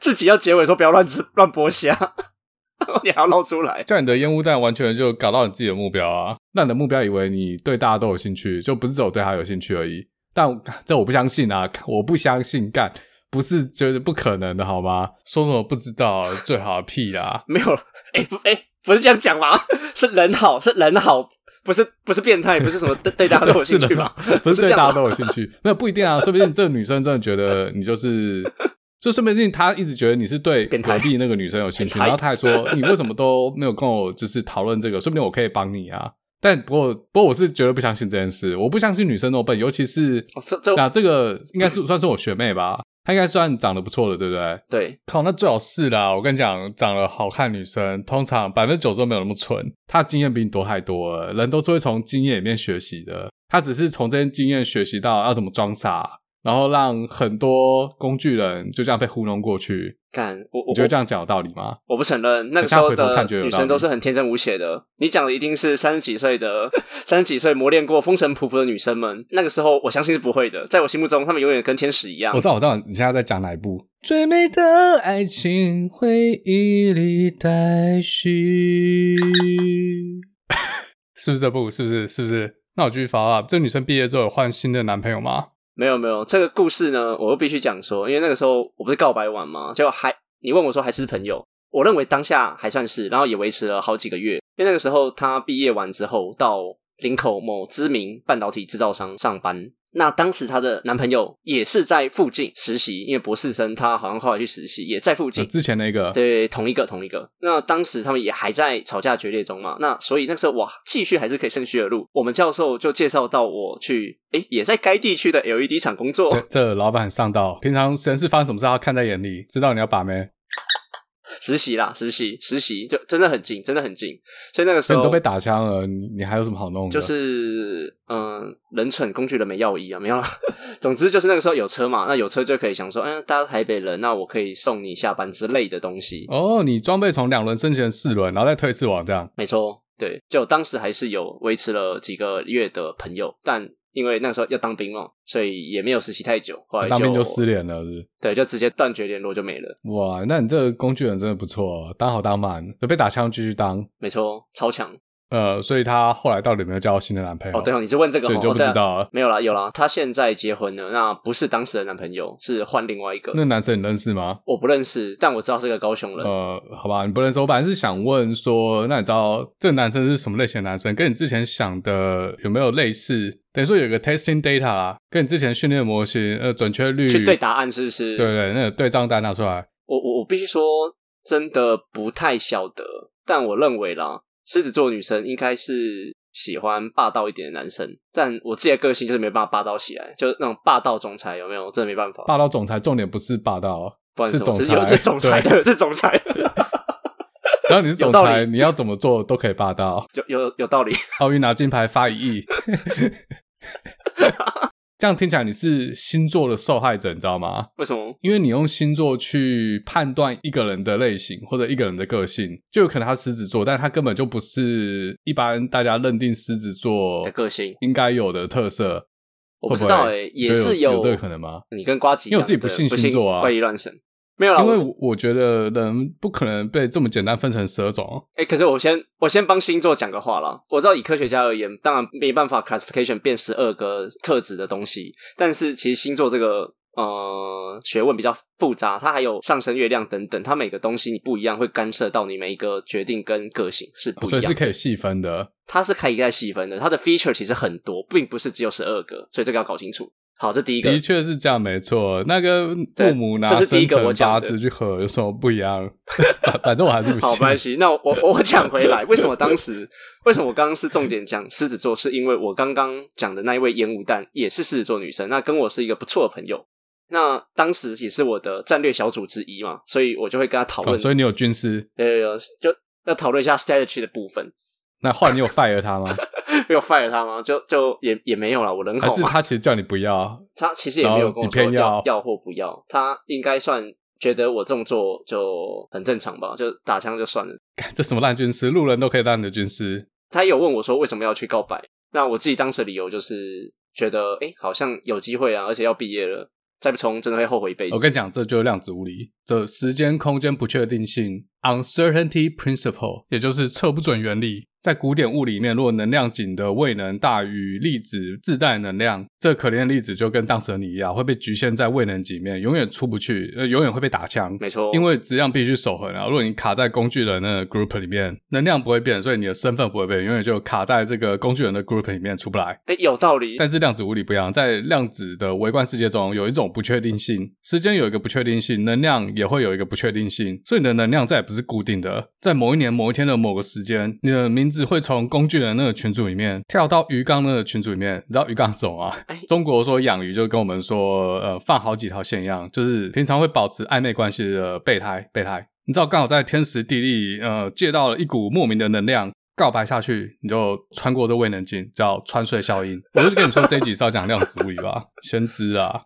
自己要结尾说不要乱吃乱剥虾， [laughs] 你还要露出来？叫你的烟雾弹完全就搞到你自己的目标啊！让你的目标以为你对大家都有兴趣，就不是只有对他有兴趣而已。但我这我不相信啊，我不相信，干不是就是不可能的好吗？说什么不知道，最好屁啦！没有，哎、不，哎、不是这样讲吧？是人好，是人好，不是不是变态，不是什么对对大家都有兴趣吧是 [laughs] 的？不 [laughs] 是这对样大吧家都有兴趣，没有不一定啊，说不定这个女生真的觉得你就是， [laughs] 就说不定她一直觉得你是对变态隔壁那个女生有兴趣，变态然后她还说你为什么都没有跟我 [laughs] 就是讨论这个，说不定我可以帮你啊。但不过，不过我是绝对不相信这件事，我不相信女生那么笨，尤其是哦这这那这个应该是算是我学妹吧，她应该算长得不错的，对不对？对，靠，那最好是啦！我跟你讲，长得好看女生通常百分之九十都没有那么蠢，她经验比你多太多了。人都是会从经验里面学习的，她只是从这些经验学习到要怎么装傻，然后让很多工具人就这样被糊弄过去。看我我你觉得这样讲有道理吗？我不承认，等那个时下候回头的看觉得有女道生理都是很天真无邪的。你讲的一定是三十几岁的、三十几岁磨练过风尘仆仆的女生们。那个时候，我相信是不会的。在我心目中，她们永远跟天使一样我。知道，我知道，你现在在讲哪一部？最美的爱情回忆里待续， [laughs] 是不是这部？是不是？是不是？那我继续 follow up。这女生毕业之后有换新的男朋友吗？没有没有，这个故事呢，我又必须讲说，因为那个时候我不是告白完吗？结果还你问我说还是朋友，我认为当下还算是，然后也维持了好几个月。因为那个时候他毕业完之后到林口某知名半导体制造商上班，那当时她的男朋友也是在附近实习，因为博士生他好像后来去实习也在附就近。之前那个，对，同一个同一个。那当时他们也还在吵架决裂中嘛，那所以那时候哇，继续还是可以趁虚而入。我们教授就介绍到我去，诶，也在该地区的 LED 厂工作对，这老板很上道，平常实验室发生什么事，他看在眼里，知道你要把妹，实习啦，实习实习，就真的很近，真的很近。所以那个时所以候你都被打枪了，你你还有什么好弄的？就是嗯、人蠢工具人没药医啊，没有啦。 [laughs] 总之就是那个时候有车嘛，那有车就可以想说，嗯、大家台北人，那我可以送你下班之类的东西。哦，你装备从两轮升级成四轮，然后再推四网这样。没错，对，就当时还是有维持了几个月的朋友，但因为那时候要当兵嘛，所以也没有实习太久，后来当兵就失联了是不是对，就直接断绝联络就没了。哇，那你这个工具人真的不错，哦当好当满，就被打枪继续当。没错，超强呃，所以她后来到底有没有交到新的男朋友？哦！对哦，你是问这个这哦你就不对啊知道了。没有啦，有啦，她现在结婚了，那不是当时的男朋友，是换另外一个。那男生你认识吗？我不认识，但我知道是个高雄人。呃，好吧，你不认识。我本来是想问说，那你知道这男生是什么类型的男生？跟你之前想的有没有类似？等于说有个 testing data 啦，跟你之前训练的模型，呃，准确率去对答案是不是？对对，那个对账单拿出来。我我我必须说，真的不太晓得，但我认为啦，狮子座女生应该是喜欢霸道一点的男生，但我自己的个性就是没办法霸道起来，就是那种霸道总裁有没有？真的没办法，霸道总裁重点不是霸道，不然是什么总是有裁这总裁的， [laughs] 是总裁，只要你是总有道裁，理你要怎么做都可以霸道。有有有道理。奥运拿金牌发一 [laughs] 亿，这样听起来你是星座的受害者，你知道吗？为什么？因为你用星座去判断一个人的类型或者一个人的个性，就有可能他狮子座，但他根本就不是一般大家认定狮子座的个性应该有的特色。我不知道哎、欸也是有有这个可能吗？你跟瓜吉一因样，为我自己不对信不星座啊怪力乱神。没有啦，因为我我我觉得人不可能被这么简单分成十二种。哎、可是我先我先帮星座讲个话啦。我知道以科学家而言，当然没办法 classification 变十二个特质的东西，但是其实星座这个呃学问比较复杂，它还有上升、月亮等等，它每个东西你不一样，会干涉到你每一个决定跟个性是不一哦所以样是的。可以细分的。它是可以再细分的，它的 feature 其实很多，并不是只有十二个，所以这个要搞清楚。好，这第一个的确是这样，没错。那跟对父母拿这是第生一个我辰讲八的字去合有什么不一样？ [laughs] 反反正我还是不好，没关信。 [laughs] 系。那我我我讲回来，为什么当时为什么我刚刚是重点讲狮子座，是因为我刚刚讲的那一位烟雾弹也是狮子座女生，那跟我是一个不错的朋友。那当时也是我的战略小组之一嘛，所以我就会跟他讨哦论，所以你有军师，有有有就要讨论一下 strategy 的部分。 [laughs] 那换你有 fire 他吗？没有 fire 他吗？就就也也没有啦，我人还好是嘛。他其实叫你不要？啊他其实也没有跟我说然后你偏要要要或不要，他应该算觉得我这么做就很正常吧，就打枪就算了。 [laughs] 干这什么烂军师？路人都可以当你的军师。他也有问我说为什么要去告白，那我自己当时的理由就是觉得，哎、好像有机会啊，而且要毕业了，再不冲真的会后悔一辈子。我跟你讲，这就是量子物理，这时间空间不确定性 （uncertainty principle），也就是测不准原理。在古典物理里面，如果能量紧的位能大于粒子自带能量，这可怜的粒子就跟当时的你一样，会被局限在位能几面，永远出不去，呃，永远会被打枪。没错，因为质量必须守恒啊。如果你卡在工具人的 group 里面，能量不会变，所以你的身份不会变，永远就卡在这个工具人的 group 里面出不来。哎、有道理。但是量子物理不一样，在量子的微观世界中，有一种不确定性，时间有一个不确定性，能量也会有一个不确定性，所以你的能量再也不是固定的。在某一年某一天的某个时间，你的名字会从工具人那个群组里面跳到鱼缸那个群组里面。你知道鱼缸是什么啊吗哎？中国说养鱼就跟我们说，呃，放好几条线一样，就是平常会保持暧昧关系的备胎，备胎。你知道刚好在天时地利，呃，借到了一股莫名的能量，告白下去，你就穿过这未能镜，叫穿隧效应。 [laughs] 我就跟你说，这一集是要讲量子物理吧，先知啊，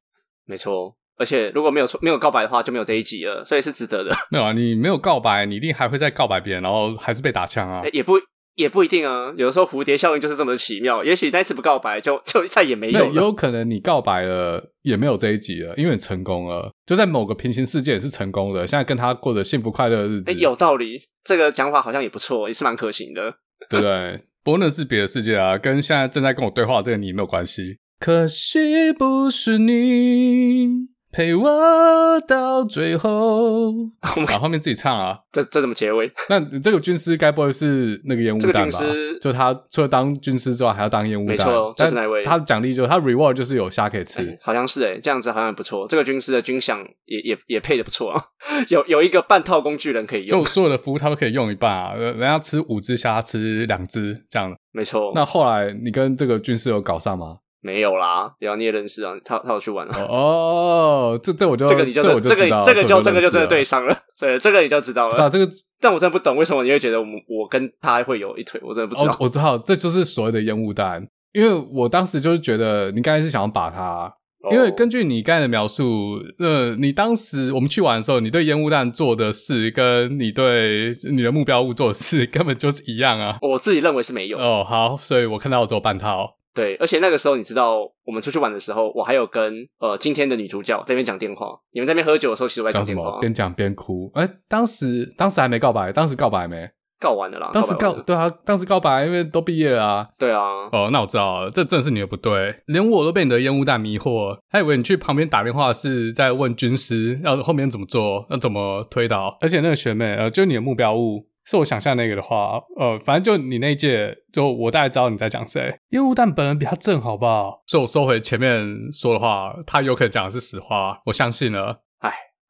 没错，而且如果没有错没有告白的话，就没有这一集了，所以是值得的。没有啊，你没有告白，你一定还会再告白别人，然后还是被打枪啊哎、。也不也不一定啊，有的时候蝴蝶效应就是这么的奇妙。也许那次不告白就，就再也没没有有，了。有可能你告白了，也没有这一集了，因为你成功了，就在某个平行世界也是成功的，现在跟他过着幸福快乐的日子，哎、有道理，这个讲法好像也不错，也是蛮可行的。对不对？不过那是别的世界啊，跟现在正在跟我对话的这个你没有关系。可惜不是你陪我到最 [laughs] 后，然后后面自己唱啊。这这怎么结尾？那这个军师该不会是那个烟雾弹吧？这个军师就他除了当军师之外，还要当烟雾弹。没错就是那位但他的奖励就是他 reward 就是有虾可以吃。哎 [laughs] 好像是哎、这样子好像也不错。这个军师的军饷也也也配的不错啊， [laughs] 有有一个半套工具人可以就用，所有的服务，他都可以用一半啊！呃人家吃五只虾，他吃两只这样的。没错。那后来你跟这个军师有搞上吗？没有啦，然后你也认识啊，他他有去玩了。哦，这这我就这个你就这我这知道个这个就就这个就真的认识对了上了，对这个你就知道不知道了。这个但我真的不懂为什么你会觉得我们我跟他会有一腿，我真的不知哦道，。我知道，这就是所谓的烟雾弹。因为我当时就是觉得你刚才是想要把他，哦因哦为根据你刚才的描述，呃，你当时我们去玩的时候，你对烟雾弹做的事跟你对你的目标物做的事根本就是一样啊。我自己认为是没有。哦，好，所以我看到我只有半套。对，而且那个时候你知道，我们出去玩的时候，我还有跟呃今天的女主角这边讲电话，你们在那边喝酒的时候，其实我在讲讲什电话啊么？，边讲边哭。哎、当时当时还没告白，当时告白没？告完了啦，当时啊告完告了对啊，当时告白，因为都毕业了啊。对啊，哦，那我知道了，这正是你的不对，连我都被你的烟雾弹迷惑了，还以为你去旁边打电话是在问军师要后面怎么做，要怎么推导，而且那个学妹，呃，就是你的目标物。是我想象那个的话，呃，反正就你那一届，就我大概知道你在讲谁。烟雾弹本人比他正，好不好？所以我收回前面说的话，他有可能讲的是实话，我相信了。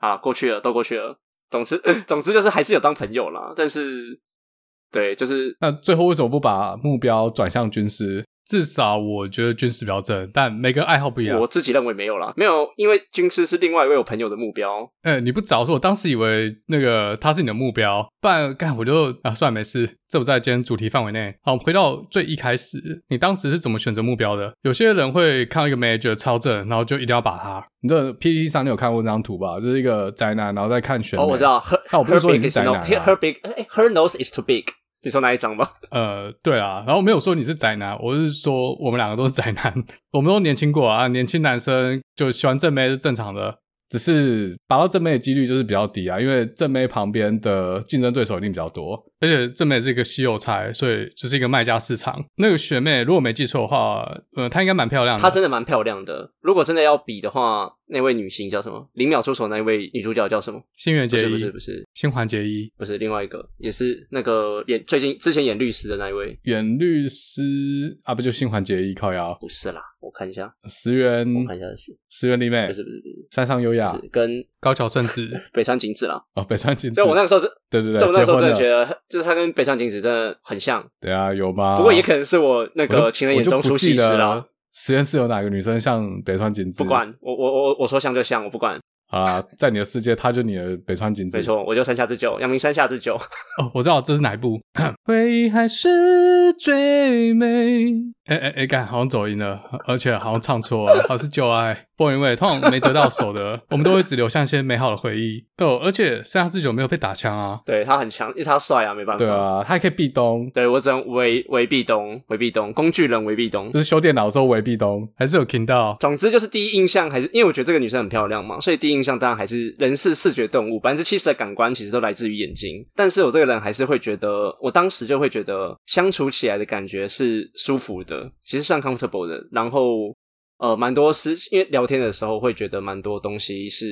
啊，过去了，都过去了。总之， [laughs] 总之就是还是有当朋友啦，但是，对，就是那最后为什么不把目标转向军师？至少我觉得军师比较正，但每个人爱好不一样。我自己认为没有啦，没有，因为军师是另外一位我朋友的目标。哎、你不早说，我当时以为那个他是你的目标，不然干我就啊，算了，没事，这不在今天主题范围内。好，我们回到最一开始，你当时是怎么选择目标的？有些人会看到一个 manager 超正，然后就一定要把他。你这 PPT 上你有看过那张图吧？就是一个宅男，然后再看选美。哦，我知。道，her 但我不是说 her 你是 big is 宅 no 男、 her 啊。 big 哎 her nose is too big。你说哪一张吧？呃，对啊，然后没有说你是宅男，我是说 [laughs] 我们两个都是宅男，我们都年轻过啊，年轻男生就喜欢正妹是正常的。只是拔到正妹的几率就是比较低啊，因为正妹旁边的竞争对手一定比较多，而且正妹是一个稀有菜，所以就是一个卖家市场。那个学妹如果没记错的话，呃，她应该蛮漂亮的，她真的蛮漂亮的。如果真的要比的话，那位女星叫什么？零秒出手那位女主角叫什么？新垣不结是衣，不是不是新垣结衣不是另外一个，也是那个演最近之前演律师的那一位，演律师啊，不就新垣结衣靠腰，不是啦，我看一下，石原我看一下是，石原里美不是不是嗯不哎山上优雅是，不是跟高桥圣 [laughs] 子北山景子啦。哦，北川景子，对我那个时候是，对对对，在我那时候结真婚的觉了，得，就是她跟北山景子真的很像。对啊，有吗？不过也可能是我那我就个情人眼中出西施啦。。实验室有哪个女生像北川景子？不管我我我我说像就像，我不管，啊，在你的世界，她就你的北川景子。没错，我就山下之久，阳明山下之久。 [laughs] 哦，我知道这是哪一部。 [coughs] 回忆还是最美。哎哎哎，干，好像走音了，而且好像唱错 [laughs] 了，好像是旧爱。不过因为通常没得到手的，我们都会只留下一些美好的回忆。哦，而且山下智久没有被打枪啊。对他很强，因为他帅啊，没办法。对，啊，他还可以壁咚，对我只能围围壁咚，围壁咚，工具人围壁咚就。是修电脑的时候围壁咚，还是有听到。总之就是第一印象还是，因为我觉得这个女生很漂亮嘛，所以第一印象当然还是人是视觉动物，百分之七十的感官其实都来自于眼睛。但是我这个人还是会觉得，我当时就会觉得相处起来的感觉是舒服的，其实算 comfortable 的。然后呃，蛮多思，因为聊天的时候会觉得蛮多东西是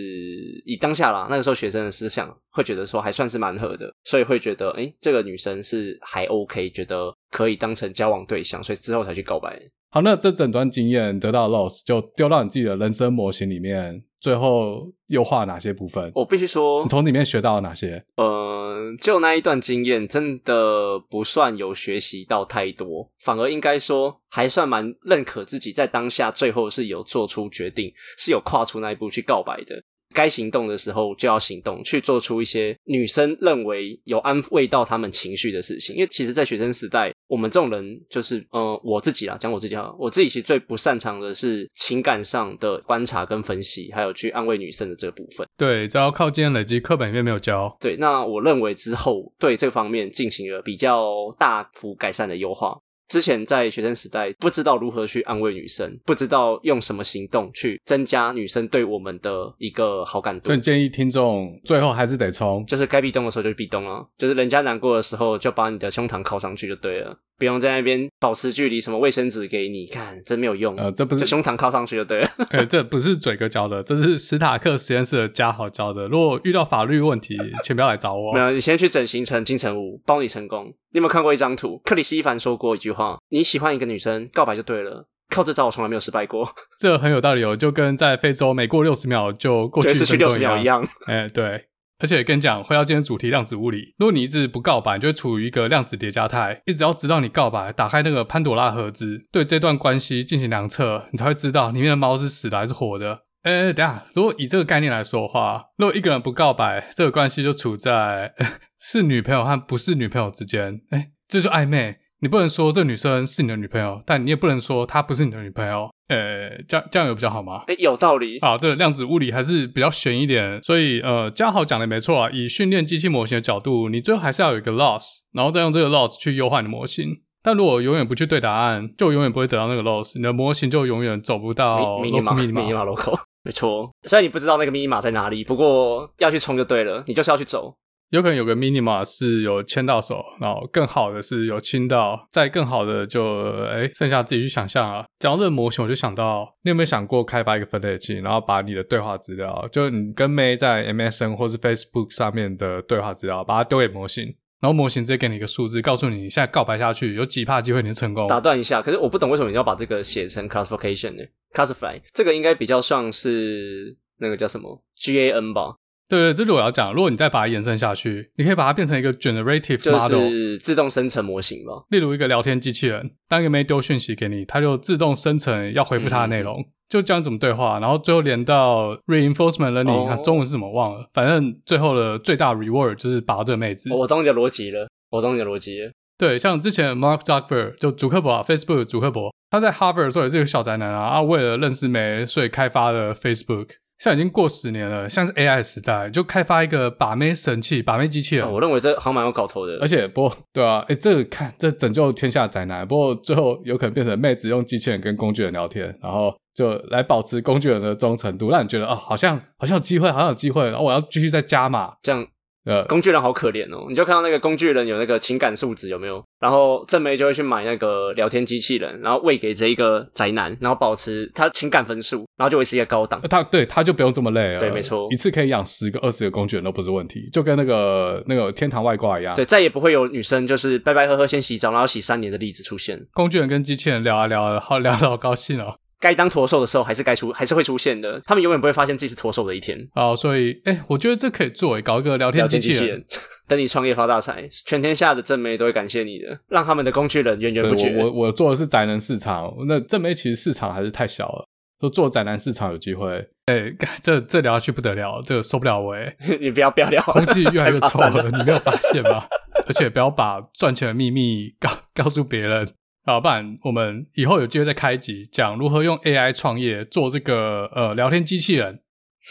以当下啦，那个时候学生的思想会觉得说还算是蛮合的，所以会觉得诶、这个女生是还 OK，觉得可以当成交往对象，所以之后才去告白。好，那这整段经验得到的 loss 就丢到你自己的人生模型里面，最后优化哪些部分？我必须说你，从里面学到了哪些？呃，就那一段经验，真的不算有学习到太多，反而应该说还算蛮认可自己在当下最后是有做出决定，是有跨出那一步去告白的。该行动的时候就要行动，去做出一些女生认为有安慰到她们情绪的事情。因为其实，在学生时代，我们这种人就是，呃，我自己啦，讲我自己啊，我自己其实最不擅长的是情感上的观察跟分析，还有去安慰女生的这个部分。对，只要靠经验累积，课本里面没有教。对，那我认为之后对这方面进行了比较大幅改善的优化。之前在学生时代，不知道如何去安慰女生，不知道用什么行动去增加女生对我们的一个好感度所以。建议听众最后还是得冲，就是该壁咚的时候就壁咚啊，就是人家难过的时候就把你的胸膛靠上去就对了，不用在那边保持距离，什么卫生纸给你看，真没有用。呃，这不就是胸膛靠上去就对了。 [laughs] 呃，这不是嘴哥教的，这是史塔克实验室的家豪教的。如果遇到法律问题，请不要来找我没。有，你先去整形成金城武，包你成功。你有没有看过一张图？克里斯蒂凡说过一句话：“你喜欢一个女生，告白就对了。”靠这招我从来没有失 [laughs] 败过，这很有道理哦，就跟在非洲每过六十秒就过去对，一失去分六十钟一秒一样。样。 [laughs] 哎、对。而且跟你讲，回到今天主题量子物理，如果你一直不告白，你就会处于一个量子叠加态，一直要直到你告白，打开那个潘朵拉盒子，对这段关系进行量测，你才会知道里面的猫是死的还是活的。哎、等一下，如果以这个概念来说的话，如果一个人不告白，这个关系就处在 [laughs] 是女朋友和不是女朋友之间，哎、这就暧昧。你不能说这女生是你的女朋友，但你也不能说她不是你的女朋友。呃、这样这样有比较好吗？哎，有道理。啊，这个量子物理还是比较悬一点，所以呃，嘉豪讲的没错啊。以训练机器模型的角度，你最后还是要有一个 loss，然后再用这个 loss 去优化你的模型。但如果永远不去对答案，就永远不会得到那个 loss，你的模型就永远走不到迷你码， local 迷 minima 你码 logo，没错。虽然你不知道那个密码在哪里，不过要去冲就对了，你就是要去走。有可能有个 minima 是有牵到手，然后更好的是有亲到，再更好的就哎剩下自己去想象啊。讲到这个模型，我就想到你有没有想过开发一个分类器，然后把你的对话资料，就是你跟妹在 MSN 或是 Facebook 上面的对话资料，把它丢给模型，然后模型直接给你一个数字，告诉你你现在告白下去有几帕机会你能成功。打断一下，可是我不懂为什么你要把这个写成 classification 呢？classify 这个应该比较像是那个叫什么 GAN 吧，对对，这是我要讲。如果你再把它延伸下去，你可以把它变成一个 generative 就 model，、是自动生成模型吧。例如一个聊天机器人，当一个妹丢讯息给你，它就自动生成要回复它的内容，就这样怎么对话，然后最后连到 reinforcement learning，、哦它中文是什么忘了，反正最后的最大 reward 就是拔这个妹子。我懂你的逻辑了，我懂你的逻辑了。对，像之前 Mark Zuckerberg 就祖克伯啊，Facebook 的祖克伯，他在 Harvard 的时候也是个小宅男啊，啊，为了认识妹，所以开发了 Facebook。现在已经过十年了，像是 AI 时代，就开发一个把妹神器、把妹机器人。哦我认为这好像蛮有搞头的，啊而且且不过对啊，哎，这个看这拯救天下宅男，不过最后有可能变成妹子用机器人跟工具人聊天，然后就来保持工具人的忠诚度，让你觉得哦，好像好像有机会，好像有机会，然后我要继续再加码。这样呃，工具人好可怜哦，你就看到那个工具人有那个情感数值有没有？然后正妹就会去买那个聊天机器人，然后喂给这一个宅男，然后保持他情感分数，然后就维持一个高档。呃他对他就不用这么累了。对没错一次可以养十个、二十个工具人都不是问题，就跟那个那个天堂外挂一样。对，再也不会有女生就是拜拜呵呵先洗澡，然后洗三年的例子出现。工具人跟机器人聊啊聊啊，好聊得好高兴哦。该当驼兽的时候，还是该出，还是会出现的。他们永远不会发现自己是驼兽的一天。哦，所以哎，我觉得这可以作为搞一个聊聊天天机机器人人。， [laughs] 等你创业发大财，全天下的正妹都会感谢你的，让他们的工具人源源不绝对。我我我做的是宅男市场，那正妹其实市场还是太小了。说做宅男市场有机会，哎，干这这聊下去不得了，这个受不了我 [laughs] 哎， [laughs] 你不要不要聊，空气越来越太臭麻烦了，你没有发现吗？ [laughs] 而且不要把赚钱的秘密告告诉别人，好，不然我们以后有机会再开一集讲如何用 AI 创业做这个呃聊天机器人，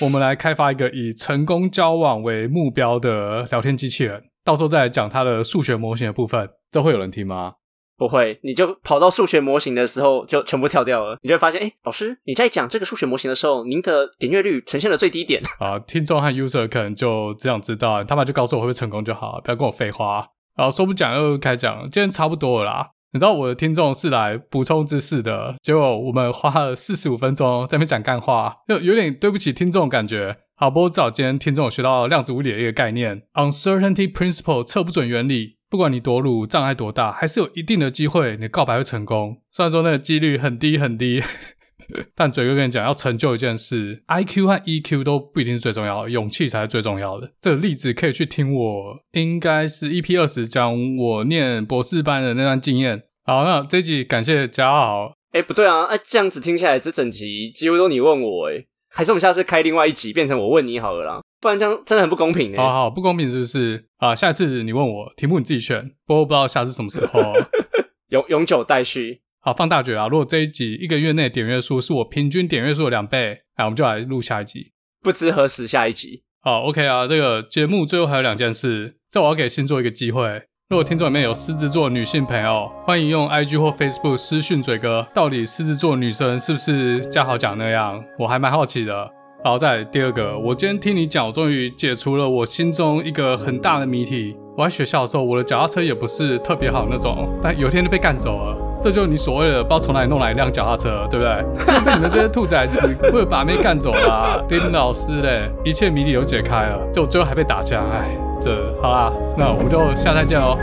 我们来开发一个以成功交往为目标的聊天机器人，到时候再来讲它的数学模型的部分，这会有人听吗？不会，你就跑到数学模型的时候就全部跳掉 [laughs] 了，你就会发现，哎，老师，你在讲这个数学模型的时候，您的点阅率呈现了最低 [laughs] 点。啊，听众和 user 可能就只想知道，你他妈就告诉我会不会成功就好，不要跟我废话。然后说不讲又开讲了，今天差不多了啦。你知道我的听众是来补充知识的，结果我们花了四十五分钟在那边讲干话，有有点对不起听众的感觉。好，不过至少今天听众有学到量子物理的一个概念，uncertainty principle 测不准原理。不管你多鲁障碍多大，还是有一定的机会，你的告白会成功。虽然说那个几率很低很低， [laughs] 但嘴哥跟你讲，要成就一件事，IQ 和 EQ 都不一定是最重要的，勇气才是最重要的。这个例子可以去听我，应该是 EP 二十讲我念博士班的那段经验。好，那这一集感谢嘉豪，哎，不对啊，哎，这样子听下来，这整集几乎都你问我，哎，还是我们下次开另外一集，变成我问你好了啦，不然这样真的很不公平好哎。好不公平是不是？啊，下次你问我题目你自己选，不过不知道下次什么时候。永永久待续，好，放大决啊！如果这一集一个月内点阅数是我平均点阅数的两倍，哎，我们就来录下一集。不知何时下一集。好，OK 啊，这个节目最后还有两件事，这我要给星座一个机会。如果听众里面有狮子座女性朋友，欢迎用 IG 或 Facebook 私讯嘴哥，到底狮子座女生是不是嘉豪讲那样？我还蛮好奇的。然后再来第二个，我今天听你讲，我终于解除了我心中一个很大的谜题。我在学校的时候，我的脚踏车也不是特别好那种，但有一天就被干走了。这就是你所谓的不知道从哪里弄来一辆脚踏车，对不对？就是被你们这些兔崽子为了把妹干走啦、林老师嘞，一切谜底都解开了，就最后还被打枪，哎，这好啦，那我们就下次再见喽，